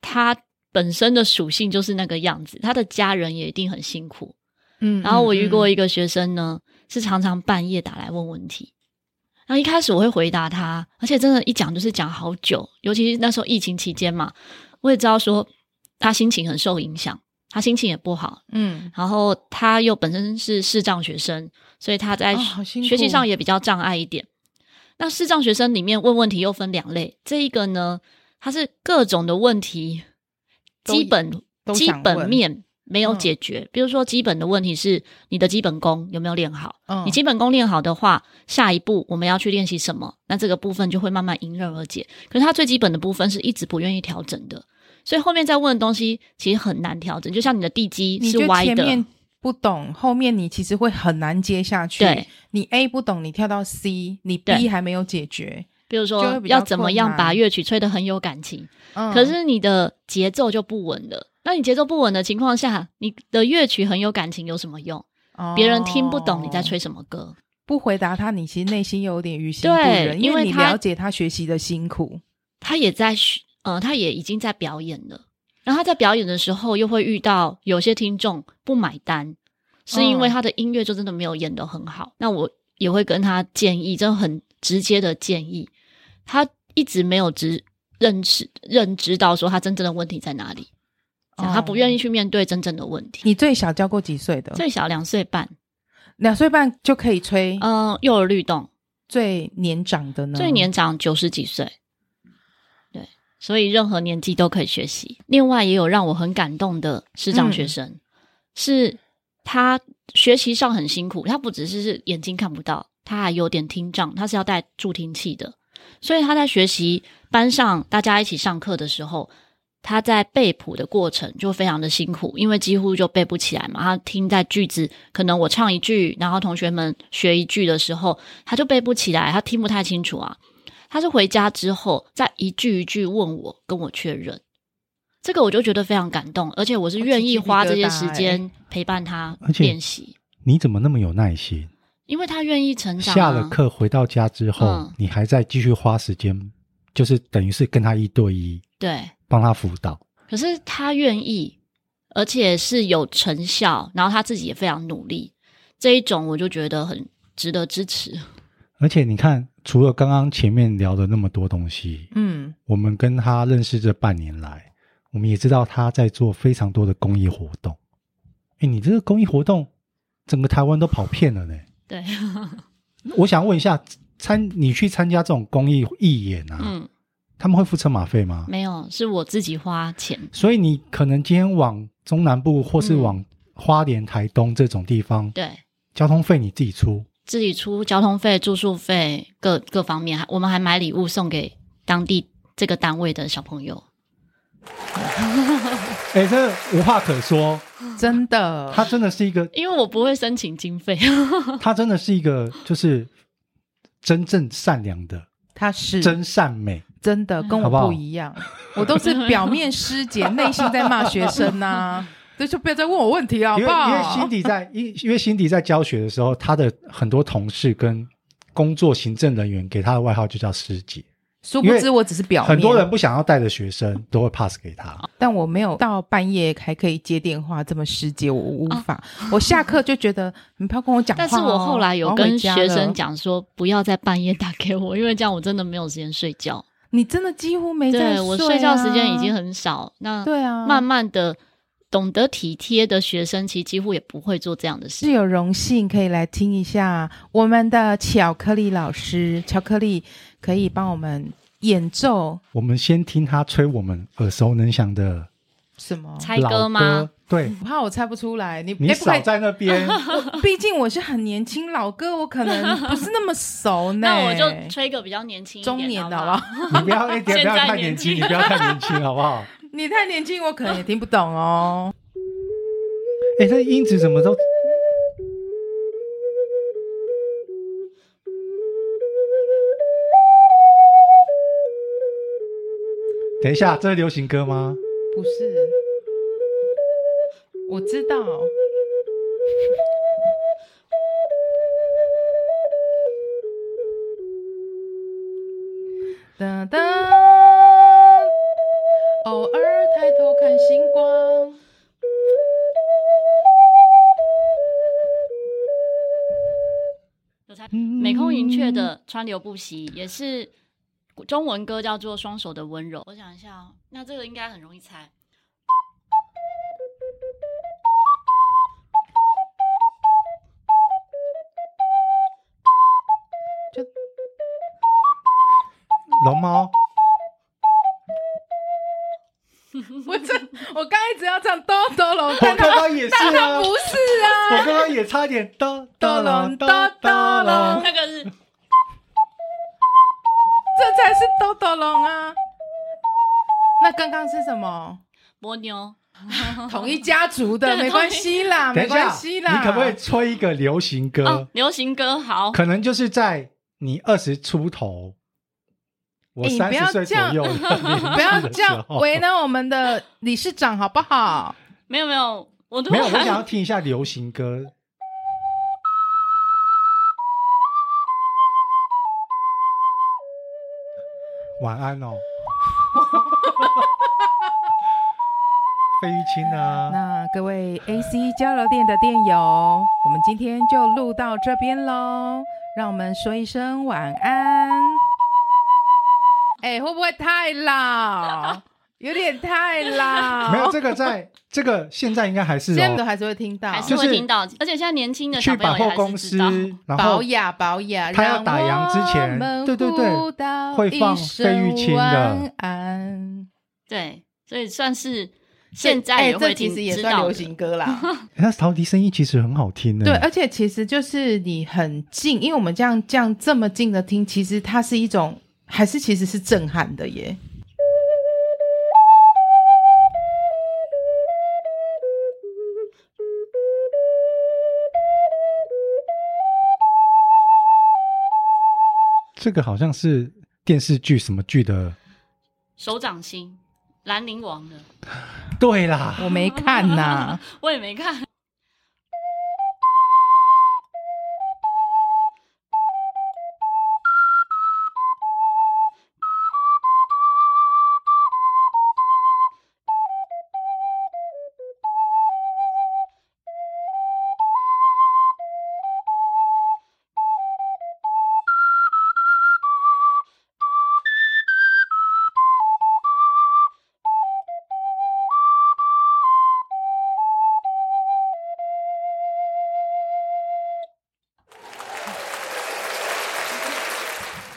[SPEAKER 3] 他本身的属性就是那个样子，他的家人也一定很辛苦。
[SPEAKER 2] 嗯，
[SPEAKER 3] 然后我遇过
[SPEAKER 2] 嗯，
[SPEAKER 3] 一个学生呢，是常常半夜打来问问题。然后一开始我会回答他，而且真的，一讲就是讲好久，尤其是那时候疫情期间嘛，我也知道说他心情很受影响，他心情也不好，
[SPEAKER 2] 嗯，
[SPEAKER 3] 然后他又本身是视障学生，所以他在
[SPEAKER 2] 哦好辛苦
[SPEAKER 3] 学习上也比较障碍一点。那视障学生里面问问题又分两类，这一个呢，他是各种的问题，
[SPEAKER 2] 都
[SPEAKER 3] 基本
[SPEAKER 2] 都
[SPEAKER 3] 基
[SPEAKER 2] 想
[SPEAKER 3] 本
[SPEAKER 2] 问
[SPEAKER 3] 面没有
[SPEAKER 2] 嗯
[SPEAKER 3] 解决，比如说基本的问题是你的基本功有没有练好，
[SPEAKER 2] 嗯
[SPEAKER 3] 你基本功练好的话，下一步我们要去练习什么？那这个部分就会慢慢迎刃而解。可是他最基本的部分是一直不愿意调整的，所以后面再问的东西其实很难调整。就像你的地基
[SPEAKER 2] 你
[SPEAKER 3] 是
[SPEAKER 2] 就
[SPEAKER 3] 歪
[SPEAKER 2] 前面
[SPEAKER 3] 的，
[SPEAKER 2] 不懂，后面你其实会很难接下去。
[SPEAKER 3] 对，
[SPEAKER 2] 你 A 不懂，你跳到 C，你
[SPEAKER 3] 对
[SPEAKER 2] B 还没有解决。
[SPEAKER 3] 比如
[SPEAKER 2] 就
[SPEAKER 3] 说
[SPEAKER 2] 会比较
[SPEAKER 3] 要怎么样
[SPEAKER 2] 困难
[SPEAKER 3] 把乐曲吹得很有感情，
[SPEAKER 2] 嗯
[SPEAKER 3] 可是你的节奏就不稳了。那你节奏不稳的情况下，你的乐曲很有感情有什么用？别人听不懂你在，吹
[SPEAKER 2] 哦
[SPEAKER 3] 什么歌。
[SPEAKER 2] 不回答他，你其实内心又有点于心不
[SPEAKER 3] 对
[SPEAKER 2] 忍，
[SPEAKER 3] 因
[SPEAKER 2] 因
[SPEAKER 3] 为
[SPEAKER 2] 你
[SPEAKER 3] 他
[SPEAKER 2] 了解他学习的辛苦。
[SPEAKER 3] 他也在学，呃，他也已经在表演了。然后他在表演的时候，又会遇到有些听众不买单，是因
[SPEAKER 2] 嗯
[SPEAKER 3] 为他的音乐就真的没有演得很好。那我也会跟他建议，真的很直接的建议。他一直没有直认识认知到说他真正的问题在哪里，这样他不愿
[SPEAKER 2] 意。
[SPEAKER 3] 意去面对真正的问题。
[SPEAKER 2] 你最小教过几岁的？
[SPEAKER 3] 哦最小两岁半，
[SPEAKER 2] 两岁半就可以吹。
[SPEAKER 3] 嗯、幼儿律动，
[SPEAKER 2] 最年长的呢？
[SPEAKER 3] 最年长九十几岁，对，所以任何年纪都可以学习。另外，也有让我很感动的视障学生，是他学习上很辛苦，他不只是是眼睛看不到，他还有点听障，他是要带助听器的，所以他在学习班上大家一起上课的时候。他在背谱的过程就非常的辛苦，因为几乎就背不起来嘛。他听在句子，可能我唱一句，然后同学们学一句的时候，他就背不起来，他听不太清楚啊。他是回家之后再一句一句问我，跟我确认。这个我就觉得非常感动，而且我是
[SPEAKER 2] 我
[SPEAKER 3] 愿
[SPEAKER 2] 起
[SPEAKER 3] 意
[SPEAKER 2] 鸡皮
[SPEAKER 3] 花
[SPEAKER 2] 疙
[SPEAKER 3] 这些
[SPEAKER 2] 瘩
[SPEAKER 3] 时
[SPEAKER 1] 哦
[SPEAKER 2] 欸
[SPEAKER 3] 间
[SPEAKER 1] 哎
[SPEAKER 3] 陪伴他
[SPEAKER 1] 而且
[SPEAKER 3] 练习，
[SPEAKER 1] 你怎么那么有耐心？
[SPEAKER 3] 因为他愿意成长、啊。
[SPEAKER 1] 下了课回到家之后，
[SPEAKER 3] 嗯
[SPEAKER 1] 你还在继续花时间，就是等于是跟他一对一
[SPEAKER 3] 对，
[SPEAKER 1] 帮他辅导。
[SPEAKER 3] 可是他愿意，而且是有成效，然后他自己也非常努力，这一种我就觉得很值得支持。
[SPEAKER 1] 而且你看，除了刚刚前面聊的那么多东西，
[SPEAKER 2] 嗯，
[SPEAKER 1] 我们跟他认识这半年来，我们也知道他在做非常多的公益活动。哎，你这个公益活动，整个台湾都跑遍了呢。
[SPEAKER 3] 对，
[SPEAKER 1] 我想问一下，参你去参加这种公益义演啊，
[SPEAKER 3] 嗯，
[SPEAKER 1] 他们会付车马费吗？
[SPEAKER 3] 没有，是我自己花钱。
[SPEAKER 1] 所以你可能今天往中南部或是
[SPEAKER 3] 嗯
[SPEAKER 1] 往花莲、台东这种地方，
[SPEAKER 3] 对，
[SPEAKER 1] 交通费你自己出。
[SPEAKER 3] 自己出交通费、住宿费各各方面，还我们还买礼物送给当地这个单位的小朋友。
[SPEAKER 1] 哎，这无话可说，
[SPEAKER 2] 真的，
[SPEAKER 1] 他真的是一个，
[SPEAKER 3] 因为我不会申请经费，
[SPEAKER 1] 他真的是一个，就是真正善良的
[SPEAKER 2] 他是
[SPEAKER 1] 真善美。
[SPEAKER 2] 真的跟我
[SPEAKER 1] 好不好
[SPEAKER 2] 不一样，我都是表面师姐，内心在骂学生呐、 这就不要再问我问题了，好
[SPEAKER 1] 因
[SPEAKER 2] 不
[SPEAKER 1] 为因为辛
[SPEAKER 2] 好？
[SPEAKER 1] 迪 在因因为辛迪在教学的时候，他的很多同事跟工作行政人员给他的外号就叫师姐。
[SPEAKER 2] 殊
[SPEAKER 1] 因
[SPEAKER 2] 不
[SPEAKER 1] 为
[SPEAKER 2] 知我只是表面，哦
[SPEAKER 1] 很多人不想要带的学生都会 pass 给他。
[SPEAKER 2] 但我没有到半夜还可以接电话这么师姐，我无法。我下课就觉得你不要跟我讲话、
[SPEAKER 3] 哦但
[SPEAKER 2] 哦。
[SPEAKER 3] 是我后来有
[SPEAKER 2] 我要
[SPEAKER 3] 跟
[SPEAKER 2] 回家
[SPEAKER 3] 学生
[SPEAKER 2] 了，
[SPEAKER 3] 讲说，不要在半夜打给我，因为这样我真的没有时间睡觉。
[SPEAKER 2] 你真的几乎没在
[SPEAKER 3] 对我
[SPEAKER 2] 睡啊
[SPEAKER 3] 睡觉时间已经
[SPEAKER 2] 很。
[SPEAKER 3] 很少，那
[SPEAKER 2] 对啊，
[SPEAKER 3] 慢慢的懂得体贴的学生，其实几乎也不会做这样的
[SPEAKER 1] 嗯
[SPEAKER 2] 是
[SPEAKER 3] 事。
[SPEAKER 2] 有荣幸可以来听一下我们的巧克力老师，巧克力可以帮我们演奏
[SPEAKER 1] 我们先听他吹我们耳熟能详的
[SPEAKER 2] 什么？
[SPEAKER 3] 猜歌
[SPEAKER 1] 老
[SPEAKER 3] 吗？？
[SPEAKER 1] 对
[SPEAKER 2] 我怕我猜不出来，你
[SPEAKER 1] 你
[SPEAKER 2] 哎不可
[SPEAKER 1] 少
[SPEAKER 2] 以，
[SPEAKER 1] 在那 边，
[SPEAKER 2] 毕竟我是很年轻老歌，我可能不是那么熟呢。
[SPEAKER 3] 那我就吹个比较年轻一点
[SPEAKER 2] 中年的
[SPEAKER 3] 好
[SPEAKER 2] 好
[SPEAKER 3] 不
[SPEAKER 2] 不
[SPEAKER 3] 好
[SPEAKER 1] 你不
[SPEAKER 2] 好？
[SPEAKER 1] 要一点
[SPEAKER 3] 现
[SPEAKER 1] 不
[SPEAKER 3] 在
[SPEAKER 1] 要太
[SPEAKER 3] 年
[SPEAKER 1] 年
[SPEAKER 3] 轻
[SPEAKER 1] 轻，你不要太年轻，好不好？
[SPEAKER 2] 你太年轻，我可能也听不懂哦。
[SPEAKER 1] 哎，这音质怎么都等一下，这是流行歌吗？
[SPEAKER 2] 不是，我知道，哒哒，偶尔抬头看星光。
[SPEAKER 3] 有猜美空云雀
[SPEAKER 2] 嗯
[SPEAKER 3] 的《川流不息》也是中文歌，叫做《双手的温柔》。我想一下哦，那这个应该很容易猜。
[SPEAKER 1] 龙猫，
[SPEAKER 2] 我这我刚一直要唱哆哆龙，
[SPEAKER 1] 我
[SPEAKER 2] 但
[SPEAKER 1] 刚
[SPEAKER 2] 他
[SPEAKER 1] 刚也是啊，
[SPEAKER 2] 他 不
[SPEAKER 1] 我
[SPEAKER 2] 是啊，
[SPEAKER 1] 刚刚也差点哒哒啦哒哒
[SPEAKER 2] 嗯
[SPEAKER 1] 啦。
[SPEAKER 3] 哦那个是
[SPEAKER 2] 这才是哆哆龙啊。那刚刚是什么？
[SPEAKER 3] 波妞，
[SPEAKER 2] 同一家族的，
[SPEAKER 3] 嗯对
[SPEAKER 2] 没关系啦，
[SPEAKER 1] 等
[SPEAKER 2] 没
[SPEAKER 1] 一下
[SPEAKER 2] 关，系啦。
[SPEAKER 1] 你可不可以吹一个流行歌？
[SPEAKER 3] 哦，流行歌好，
[SPEAKER 1] 可能就是在你二十出头，我
[SPEAKER 2] 哎你
[SPEAKER 1] 三
[SPEAKER 2] 不
[SPEAKER 1] 十
[SPEAKER 2] 要
[SPEAKER 1] 岁
[SPEAKER 2] 这
[SPEAKER 1] 左
[SPEAKER 2] 样
[SPEAKER 1] 右的年纪的时候，
[SPEAKER 2] 不要这样为难我们的理事长好不好？
[SPEAKER 3] 没有没有，我突
[SPEAKER 1] 没
[SPEAKER 3] 然
[SPEAKER 1] 有，我想要听一下流行歌。晚安 哦，费玉清啊，
[SPEAKER 2] 那各位 AC 交流电的电友，我们今天就录到这边喽，让我们说一声晚安。哎，会不会太老？有点太老，
[SPEAKER 1] 没有这个 在，这个现在应该还是
[SPEAKER 2] 现在都
[SPEAKER 1] 哦，
[SPEAKER 2] 还是会听到
[SPEAKER 3] 还。是
[SPEAKER 1] 就
[SPEAKER 3] 会
[SPEAKER 1] 是
[SPEAKER 3] 听到，而且现在年轻的
[SPEAKER 1] 去
[SPEAKER 3] 小朋
[SPEAKER 1] 百
[SPEAKER 3] 友也
[SPEAKER 1] 货
[SPEAKER 3] 还
[SPEAKER 1] 公
[SPEAKER 3] 是
[SPEAKER 1] 司
[SPEAKER 3] 知道。，
[SPEAKER 1] 然
[SPEAKER 2] 保
[SPEAKER 1] 后
[SPEAKER 2] 雅，保雅，
[SPEAKER 1] 他要
[SPEAKER 2] 让
[SPEAKER 1] 打烊之前
[SPEAKER 2] 我们
[SPEAKER 1] 对对对
[SPEAKER 2] 互道
[SPEAKER 1] 会放
[SPEAKER 2] 一声
[SPEAKER 1] 费玉清的
[SPEAKER 2] 晚安。
[SPEAKER 3] 对，所以算是现在
[SPEAKER 2] 哎
[SPEAKER 3] 也会
[SPEAKER 2] 这
[SPEAKER 3] 听，
[SPEAKER 2] 其实也
[SPEAKER 3] 知
[SPEAKER 2] 算
[SPEAKER 3] 道
[SPEAKER 2] 流
[SPEAKER 3] 的
[SPEAKER 2] 行歌啦。
[SPEAKER 1] 那陶笛声音其实很好听的，
[SPEAKER 2] 对，而且其实就是你很近，因为我们这样这样这么近的听，其实它是一种，还是其实是震撼的 耶。
[SPEAKER 1] 这个好像是电视剧什么剧的。
[SPEAKER 3] 手掌心，兰陵王的，
[SPEAKER 1] 对啦，
[SPEAKER 2] 我没看呐、
[SPEAKER 3] 我也没看。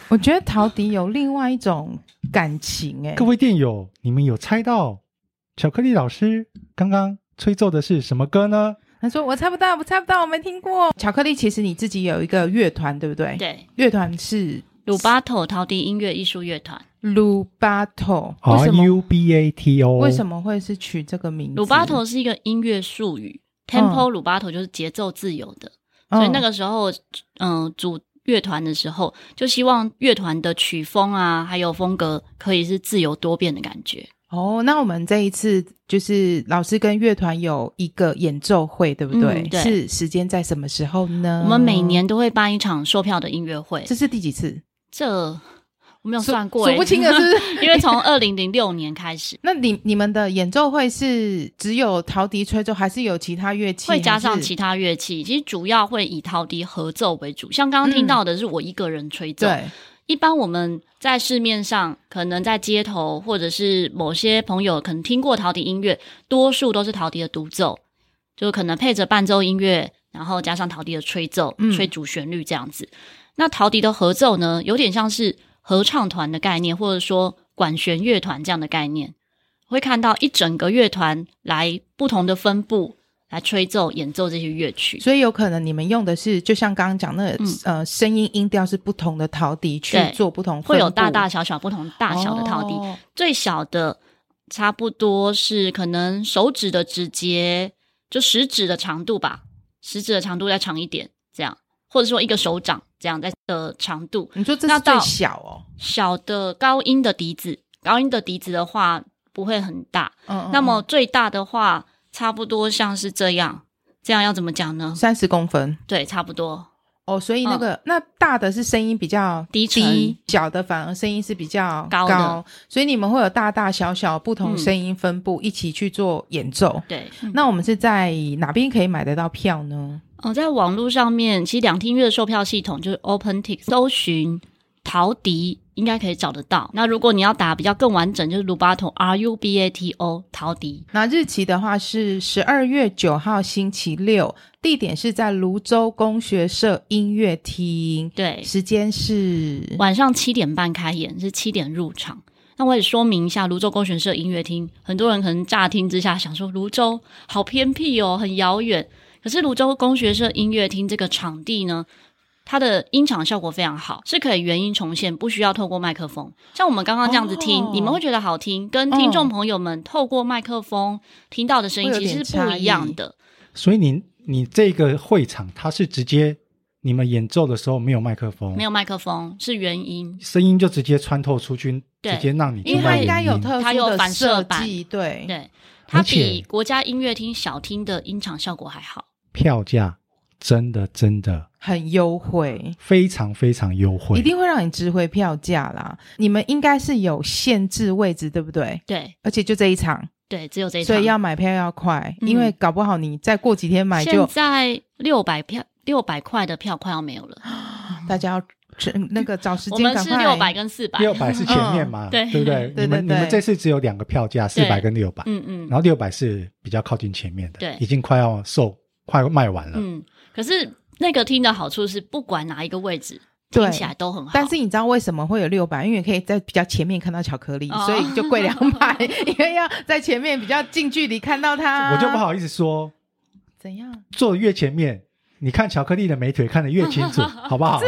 [SPEAKER 2] 我觉得陶笛有另外一种感情、欸，哎
[SPEAKER 1] 各，位电友，你们有猜到巧克力老师刚刚吹奏的是什么歌呢？
[SPEAKER 2] 他说我猜不到，我猜不到，我没听过。巧克力其实你自己有一个乐团，对不对？，
[SPEAKER 3] 对，
[SPEAKER 2] 乐团是
[SPEAKER 3] 鲁巴头陶笛音乐艺术乐团，
[SPEAKER 2] 鲁巴头，为
[SPEAKER 1] R
[SPEAKER 2] 什么？
[SPEAKER 1] U B A T O，
[SPEAKER 2] 为什？么会是取这个名字？
[SPEAKER 3] 鲁巴头是一个音乐术语，tempo
[SPEAKER 2] 嗯
[SPEAKER 3] 鲁巴头就是节奏自由的，所以那个时候，嗯、组乐团的时候，就希望乐团的曲风啊，还有风格可以是自由多变的感觉。
[SPEAKER 2] 哦，那我们这一次就是老师跟乐团有一个演奏会，对不对？
[SPEAKER 3] 嗯对
[SPEAKER 2] 是时间在什么时候呢？
[SPEAKER 3] 我们每年都会办一场售票的音乐会，
[SPEAKER 2] 这是第几次？
[SPEAKER 3] 这我没有
[SPEAKER 2] 数
[SPEAKER 3] 算过、
[SPEAKER 2] 数
[SPEAKER 3] 欸，
[SPEAKER 2] 不清了，是不是？。
[SPEAKER 3] 因为从二零零六年开始
[SPEAKER 2] 那你你们的演奏会是只有陶笛吹奏，还是有其他乐器？
[SPEAKER 3] 会加
[SPEAKER 2] 还
[SPEAKER 3] 上
[SPEAKER 2] 是
[SPEAKER 3] 其他乐器，其实主要会以陶笛合奏为主。像刚刚
[SPEAKER 2] 嗯
[SPEAKER 3] 听到的是我一个人吹奏，
[SPEAKER 2] 对，
[SPEAKER 3] 一般我们在市面上，可能在街头或者是某些朋友可能听过陶笛音乐，多数都是陶笛的独奏，就可能配着伴奏音乐，然后加上陶笛的吹奏
[SPEAKER 2] 嗯，
[SPEAKER 3] 吹主旋律这样子。那陶笛的合奏呢，有点像是合唱团的概念，或者说管弦乐团这样的概念，会看到一整个乐团来不同的分布来吹奏演奏这些乐曲。
[SPEAKER 2] 所以有可能你们用的是，就像刚刚讲那个、
[SPEAKER 3] 嗯
[SPEAKER 2] 呃声音音调是不同的陶笛去
[SPEAKER 3] 对
[SPEAKER 2] 做不同分布，
[SPEAKER 3] 会有大大小小不同大小的陶笛，
[SPEAKER 2] 哦
[SPEAKER 3] 最小的差不多是可能手指的指节，就食指的长度吧，食指的长度再长一点，这样，或者说一个手掌这样在的长度。
[SPEAKER 2] 你说这
[SPEAKER 3] 那
[SPEAKER 2] 是最
[SPEAKER 3] 到
[SPEAKER 2] 小哦，
[SPEAKER 3] 小的高音的笛子，高音的笛子的话不会很大，
[SPEAKER 2] 嗯嗯
[SPEAKER 3] 那么
[SPEAKER 2] 嗯
[SPEAKER 3] 最大的话差不多像是这样，这样要怎么讲呢？
[SPEAKER 2] 嗯三十公分，
[SPEAKER 3] 对，差不多。
[SPEAKER 2] 哦，所以那个、那大的是声音比较
[SPEAKER 3] 嗯低沉
[SPEAKER 2] 低，小的反而声音是比较
[SPEAKER 3] 高的
[SPEAKER 2] 所以你们会有大大小小不同
[SPEAKER 3] 嗯
[SPEAKER 2] 声音分布、一起去做演奏。
[SPEAKER 3] 对，
[SPEAKER 2] 那我们是在哪边可以买得到票呢？
[SPEAKER 3] 哦，在网络上面，其实两厅院的售票系统就是 OpenTix，搜寻陶笛应该可以找得到。那如果你要打比较更完整，就是 Rubato R U B A T O 陶笛。
[SPEAKER 2] 那日期的话是十二月九号星期六，地点是在泸州工学社音乐厅，
[SPEAKER 3] 对，
[SPEAKER 2] 时间是
[SPEAKER 3] 晚上七点半开演，是七点入场。那我也说明一下，泸州工学社音乐厅，很多人可能乍听之下想说泸州好偏僻哦，很遥远。可是泸州工学社音乐厅这个场地呢，它的音场效果非常好，是可以原音重现，不需要透过麦克风。像我们刚刚这样子听，
[SPEAKER 2] 哦
[SPEAKER 3] 你们会觉得好听，跟听众朋友们透过麦克风听到的声音
[SPEAKER 2] 会有
[SPEAKER 3] 其
[SPEAKER 2] 点
[SPEAKER 3] 实是不一
[SPEAKER 2] 差异
[SPEAKER 3] 样的。
[SPEAKER 1] 所以你你这个会场，它是直接你们演奏的时候没有麦克风，
[SPEAKER 3] 没有麦克风是原音，
[SPEAKER 1] 声音就直接穿透出去，
[SPEAKER 3] 对
[SPEAKER 1] 直接让你听
[SPEAKER 2] 因为
[SPEAKER 1] 到
[SPEAKER 2] 它
[SPEAKER 1] 原
[SPEAKER 2] 应
[SPEAKER 1] 音。
[SPEAKER 2] 该有特
[SPEAKER 3] 嗯它
[SPEAKER 2] 殊
[SPEAKER 3] 有
[SPEAKER 2] 的
[SPEAKER 3] 反射
[SPEAKER 2] 设
[SPEAKER 3] 板
[SPEAKER 2] 计，对，
[SPEAKER 3] 对，它
[SPEAKER 1] 而且
[SPEAKER 3] 比国家音乐厅小厅的音场效果还好。
[SPEAKER 1] 票价真的真的
[SPEAKER 2] 很优惠。
[SPEAKER 1] 非常非常优惠，
[SPEAKER 2] 一定会让你值回票价啦。你们应该是有限制位置，对不对？
[SPEAKER 3] 对
[SPEAKER 2] 而且就这一场，
[SPEAKER 3] 对，只有这一场。
[SPEAKER 2] 所以要买票要快，
[SPEAKER 3] 嗯
[SPEAKER 2] 因为搞不好你再过几天买
[SPEAKER 3] 现
[SPEAKER 2] 就
[SPEAKER 3] 在六百票六百块的票快要没有了，
[SPEAKER 2] 大家要趁那个找时
[SPEAKER 3] 我
[SPEAKER 2] 间
[SPEAKER 3] 们
[SPEAKER 2] 赶
[SPEAKER 3] 是
[SPEAKER 2] 快。
[SPEAKER 3] 六百跟四百。
[SPEAKER 1] 六百是前面嘛，
[SPEAKER 3] 嗯对
[SPEAKER 1] 对不对？
[SPEAKER 2] 对
[SPEAKER 1] 你们
[SPEAKER 2] 对
[SPEAKER 1] 你
[SPEAKER 2] 对
[SPEAKER 1] 们这次只有两个票价，四
[SPEAKER 3] 对
[SPEAKER 1] 百跟六百，
[SPEAKER 3] 嗯嗯
[SPEAKER 1] 然后六百是比较靠近前面的，
[SPEAKER 3] 对
[SPEAKER 1] 已经快要售快要卖完了。
[SPEAKER 3] 嗯，可是那个厅的好处是，不管哪一个位置，
[SPEAKER 2] 对
[SPEAKER 3] 听起来都很好。
[SPEAKER 2] 但是你知道为什么会有六百？因为你可以在比较前面看到巧克力，
[SPEAKER 3] 哦
[SPEAKER 2] 所以就贵两百， 因为要在前面比较近距离看到它。
[SPEAKER 1] 我就不好意思说，
[SPEAKER 2] 怎样？
[SPEAKER 1] 坐得越前面，你看巧克力的美腿看得越清楚，好不好？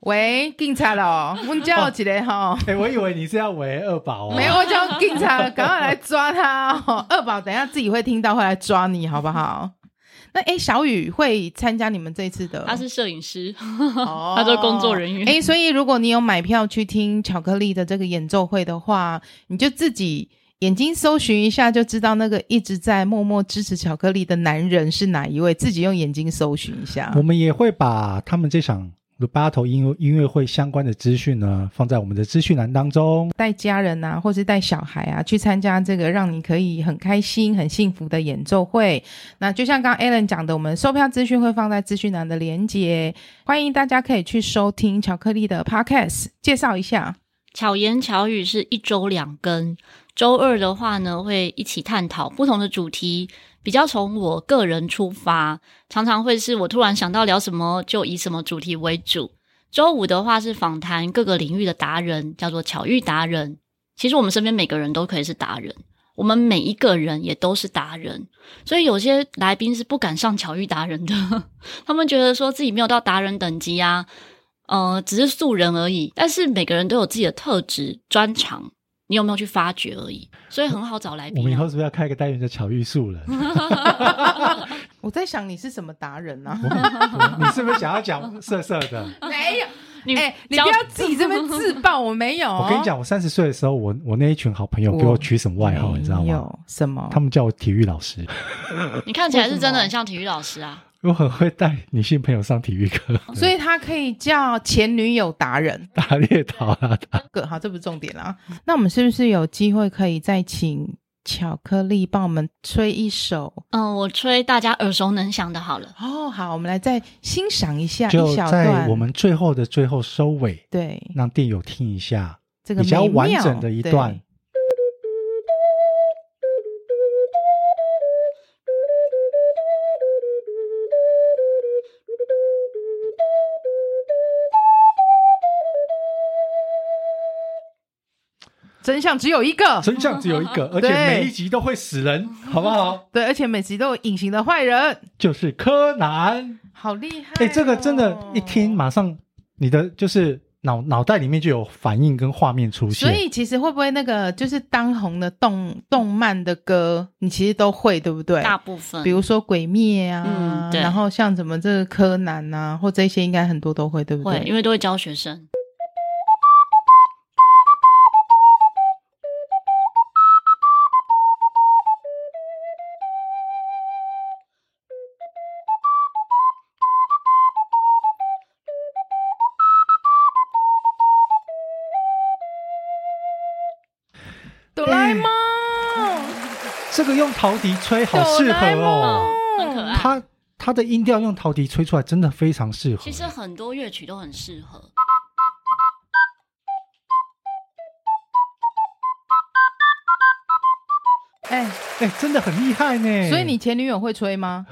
[SPEAKER 2] 喂，警 察了，我们叫起来哈。
[SPEAKER 1] 哎、我以为你是要为二宝哦，
[SPEAKER 2] 没有，我叫警察赶快来抓他哦！二宝，等一下自己会听到，会来抓你，好不好？ 那哎，诶小雨会参加你们这一次的，
[SPEAKER 3] 他是摄影师，
[SPEAKER 2] 哦
[SPEAKER 3] 他是工作人员
[SPEAKER 2] 哎，诶所以如果你有买票去听巧克力的这个演奏会的话，你就自己眼睛搜寻一下，就知道那个一直在默默支持巧克力的男人是哪一位，自己用眼睛搜寻一下
[SPEAKER 1] 我。们也会把他们这场鲁巴头音乐音乐会相关的资讯呢，放在我们的资讯栏当中。
[SPEAKER 2] 带家人啊，或是带小孩啊，去参加这个让你可以很开心、很幸福的演奏会。那就像刚刚 Alan 讲的，我们售票资讯会放在资讯栏的连接，欢迎大家可以去收听巧克力的 Podcast，介绍一下。
[SPEAKER 3] 巧言巧语是一周两更，周二的话呢，会一起探讨不同的主题，比较从我个人出发，常常会是我突然想到聊什么，就以什么主题为主。周五的话是访谈各个领域的达人，叫做巧遇达人。其实我们身边每个人都可以是达人，我们每一个人也都是达人。所以有些来宾是不敢上巧遇达人的， 他们觉得说自己没有到达人等级啊，呃，只是素人而已。但是每个人都有自己的特质专长，你有没有去发掘而已，所以很好找来
[SPEAKER 1] 我们以
[SPEAKER 3] 宾、
[SPEAKER 1] 后
[SPEAKER 3] 啊。
[SPEAKER 1] 是不是要开一个单元叫巧遇素人？
[SPEAKER 2] 我在想你是什么达人啊？
[SPEAKER 1] 你是不是想要讲色色的？
[SPEAKER 2] 没有，
[SPEAKER 3] 你
[SPEAKER 2] 哎、 你
[SPEAKER 3] 教
[SPEAKER 2] 不要自己这 边自爆，我没有。啊
[SPEAKER 1] 我跟你，讲，我三十岁的时候，我我那一群好朋友给我取什么外号，你知道吗？
[SPEAKER 2] 哦有什么？
[SPEAKER 1] 他们叫我体育老师，
[SPEAKER 3] 你看起来是真的很像体育老师啊。
[SPEAKER 1] 我很会带女性朋友上体育课，
[SPEAKER 2] 哦所以他可以叫前女友达人。
[SPEAKER 1] 打猎桃啊，打
[SPEAKER 2] 个好，这不是重点啦。那我们是不是有机会可以再请巧克力帮我们吹一首？
[SPEAKER 3] 嗯，我吹大家耳熟能详的好了。
[SPEAKER 2] 哦，好，我们来再欣赏一下
[SPEAKER 1] 就
[SPEAKER 2] 一小
[SPEAKER 1] 在
[SPEAKER 2] 段。
[SPEAKER 1] 我们最后的最后收尾，
[SPEAKER 2] 对
[SPEAKER 1] 让电友听一下
[SPEAKER 2] 这个
[SPEAKER 1] 比较
[SPEAKER 2] 美妙
[SPEAKER 1] 完整的一
[SPEAKER 2] 对
[SPEAKER 1] 段。
[SPEAKER 2] 真相只有一个，
[SPEAKER 1] 真相只有一个， 而且
[SPEAKER 2] 对
[SPEAKER 1] 每一集都会死人，好不好？
[SPEAKER 2] 哦对，而且每集都有隐形的坏人，
[SPEAKER 1] 就是柯南。
[SPEAKER 2] 好厉害、哦！
[SPEAKER 1] 哎、这个真的，一听马上你的就是脑脑袋里面就有反应跟画面出
[SPEAKER 2] 所
[SPEAKER 1] 现。
[SPEAKER 2] 以其实会不会那个就是当红的动动漫的歌，你其实都会，对不对？
[SPEAKER 3] 大部分
[SPEAKER 2] 比如说《鬼灭》啊，
[SPEAKER 3] 嗯对
[SPEAKER 2] 然后像什么这个柯南啊，或这些应该很多都会，对不
[SPEAKER 3] 会，
[SPEAKER 2] 对？
[SPEAKER 3] 因为都会教学生。
[SPEAKER 2] 哆啦 A 梦，哎
[SPEAKER 1] 这个用陶笛吹好适合哦，
[SPEAKER 3] 嗯很可爱
[SPEAKER 1] 它它的音调用陶笛吹出来真的非常适合。
[SPEAKER 3] 其实很多乐曲都很适合。
[SPEAKER 2] 哎，
[SPEAKER 1] 哎、真的很厉害呢。
[SPEAKER 2] 所以你前女友会吹吗？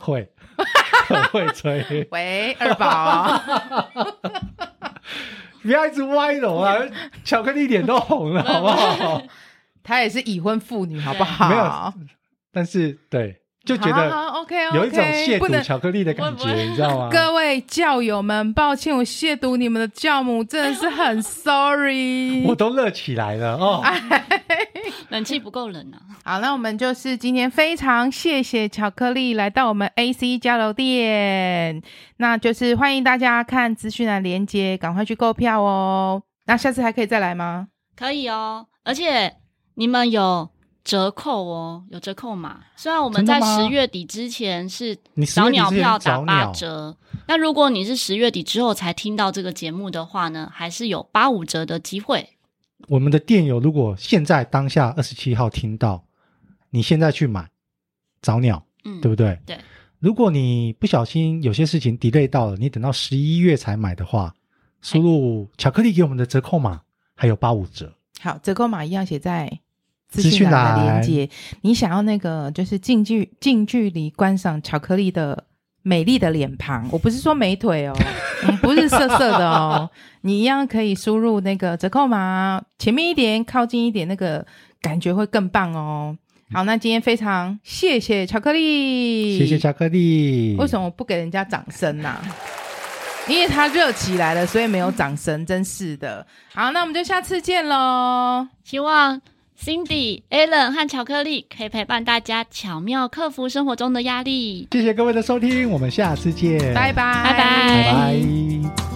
[SPEAKER 1] 会 很会吹，
[SPEAKER 2] 喂，二宝，
[SPEAKER 1] 不要一直歪楼啊！ 巧克力脸都红了，好不好？
[SPEAKER 2] 她也是已婚妇女，好不
[SPEAKER 1] 没
[SPEAKER 2] 好
[SPEAKER 1] 有？但是对，就觉
[SPEAKER 2] 好
[SPEAKER 1] 得
[SPEAKER 2] 好 OK，
[SPEAKER 1] 有一种亵
[SPEAKER 2] 不
[SPEAKER 1] 渎
[SPEAKER 2] 能
[SPEAKER 1] 巧克力的感
[SPEAKER 3] 我
[SPEAKER 1] 觉，你知道吗？
[SPEAKER 2] 各位教友们，抱歉，我亵渎你们的教母，真的是很 sorry。
[SPEAKER 1] 我都热起来了哦。
[SPEAKER 2] 啊
[SPEAKER 3] 冷气不够冷啊！
[SPEAKER 2] 好，那我们就是今天非常谢谢巧克力来到我们 AC 交流店，那就是欢迎大家看资讯栏连接，赶快去购票哦。那下次还可以再来吗？
[SPEAKER 3] 可以哦，而且你们有折扣哦，有折扣码。虽然我们在
[SPEAKER 1] 真的吗
[SPEAKER 3] 十月底之前是
[SPEAKER 1] 你10月
[SPEAKER 3] 早
[SPEAKER 1] 底
[SPEAKER 3] 鸟
[SPEAKER 1] 之前
[SPEAKER 3] 票
[SPEAKER 1] 早
[SPEAKER 3] 打八
[SPEAKER 1] 鸟
[SPEAKER 3] 折，那如果你是十月底之后才听到这个节目的话呢，还是有八五折的机会。
[SPEAKER 1] 我们的店友如果现在当下二十七号听到，你现在去买早鸟，
[SPEAKER 3] 嗯，
[SPEAKER 1] 对不对？
[SPEAKER 3] 对。
[SPEAKER 1] 如果你不小心有些事情 delay 到了，你等到十一月才买的话，输
[SPEAKER 2] 哎
[SPEAKER 1] 入巧克力给我们的折扣码，还有八五折。
[SPEAKER 2] 好，折扣码一样写在资
[SPEAKER 1] 资讯
[SPEAKER 2] 讯栏的
[SPEAKER 1] 栏
[SPEAKER 2] 连接。你想要那个就是近距近距离观赏巧克力的美丽的脸庞，我不是说美 腿哦，我们不是色色的哦，你一样可以输入那个折扣码，前面一点，靠近一点，那个感觉会更棒哦。好，那今天非常谢谢巧克力，
[SPEAKER 1] 谢谢巧克力。
[SPEAKER 2] 为什么我不给人家掌声呐、因为他热起来了，所以没有掌声，真是的。好，那我们就下次见喽。
[SPEAKER 3] 希望 Cindy、Alan 和巧克力可以陪伴大家巧妙克服生活中的压力。
[SPEAKER 1] 谢谢各位的收听，我们下次见，
[SPEAKER 2] 拜拜，
[SPEAKER 3] 拜拜
[SPEAKER 1] 拜拜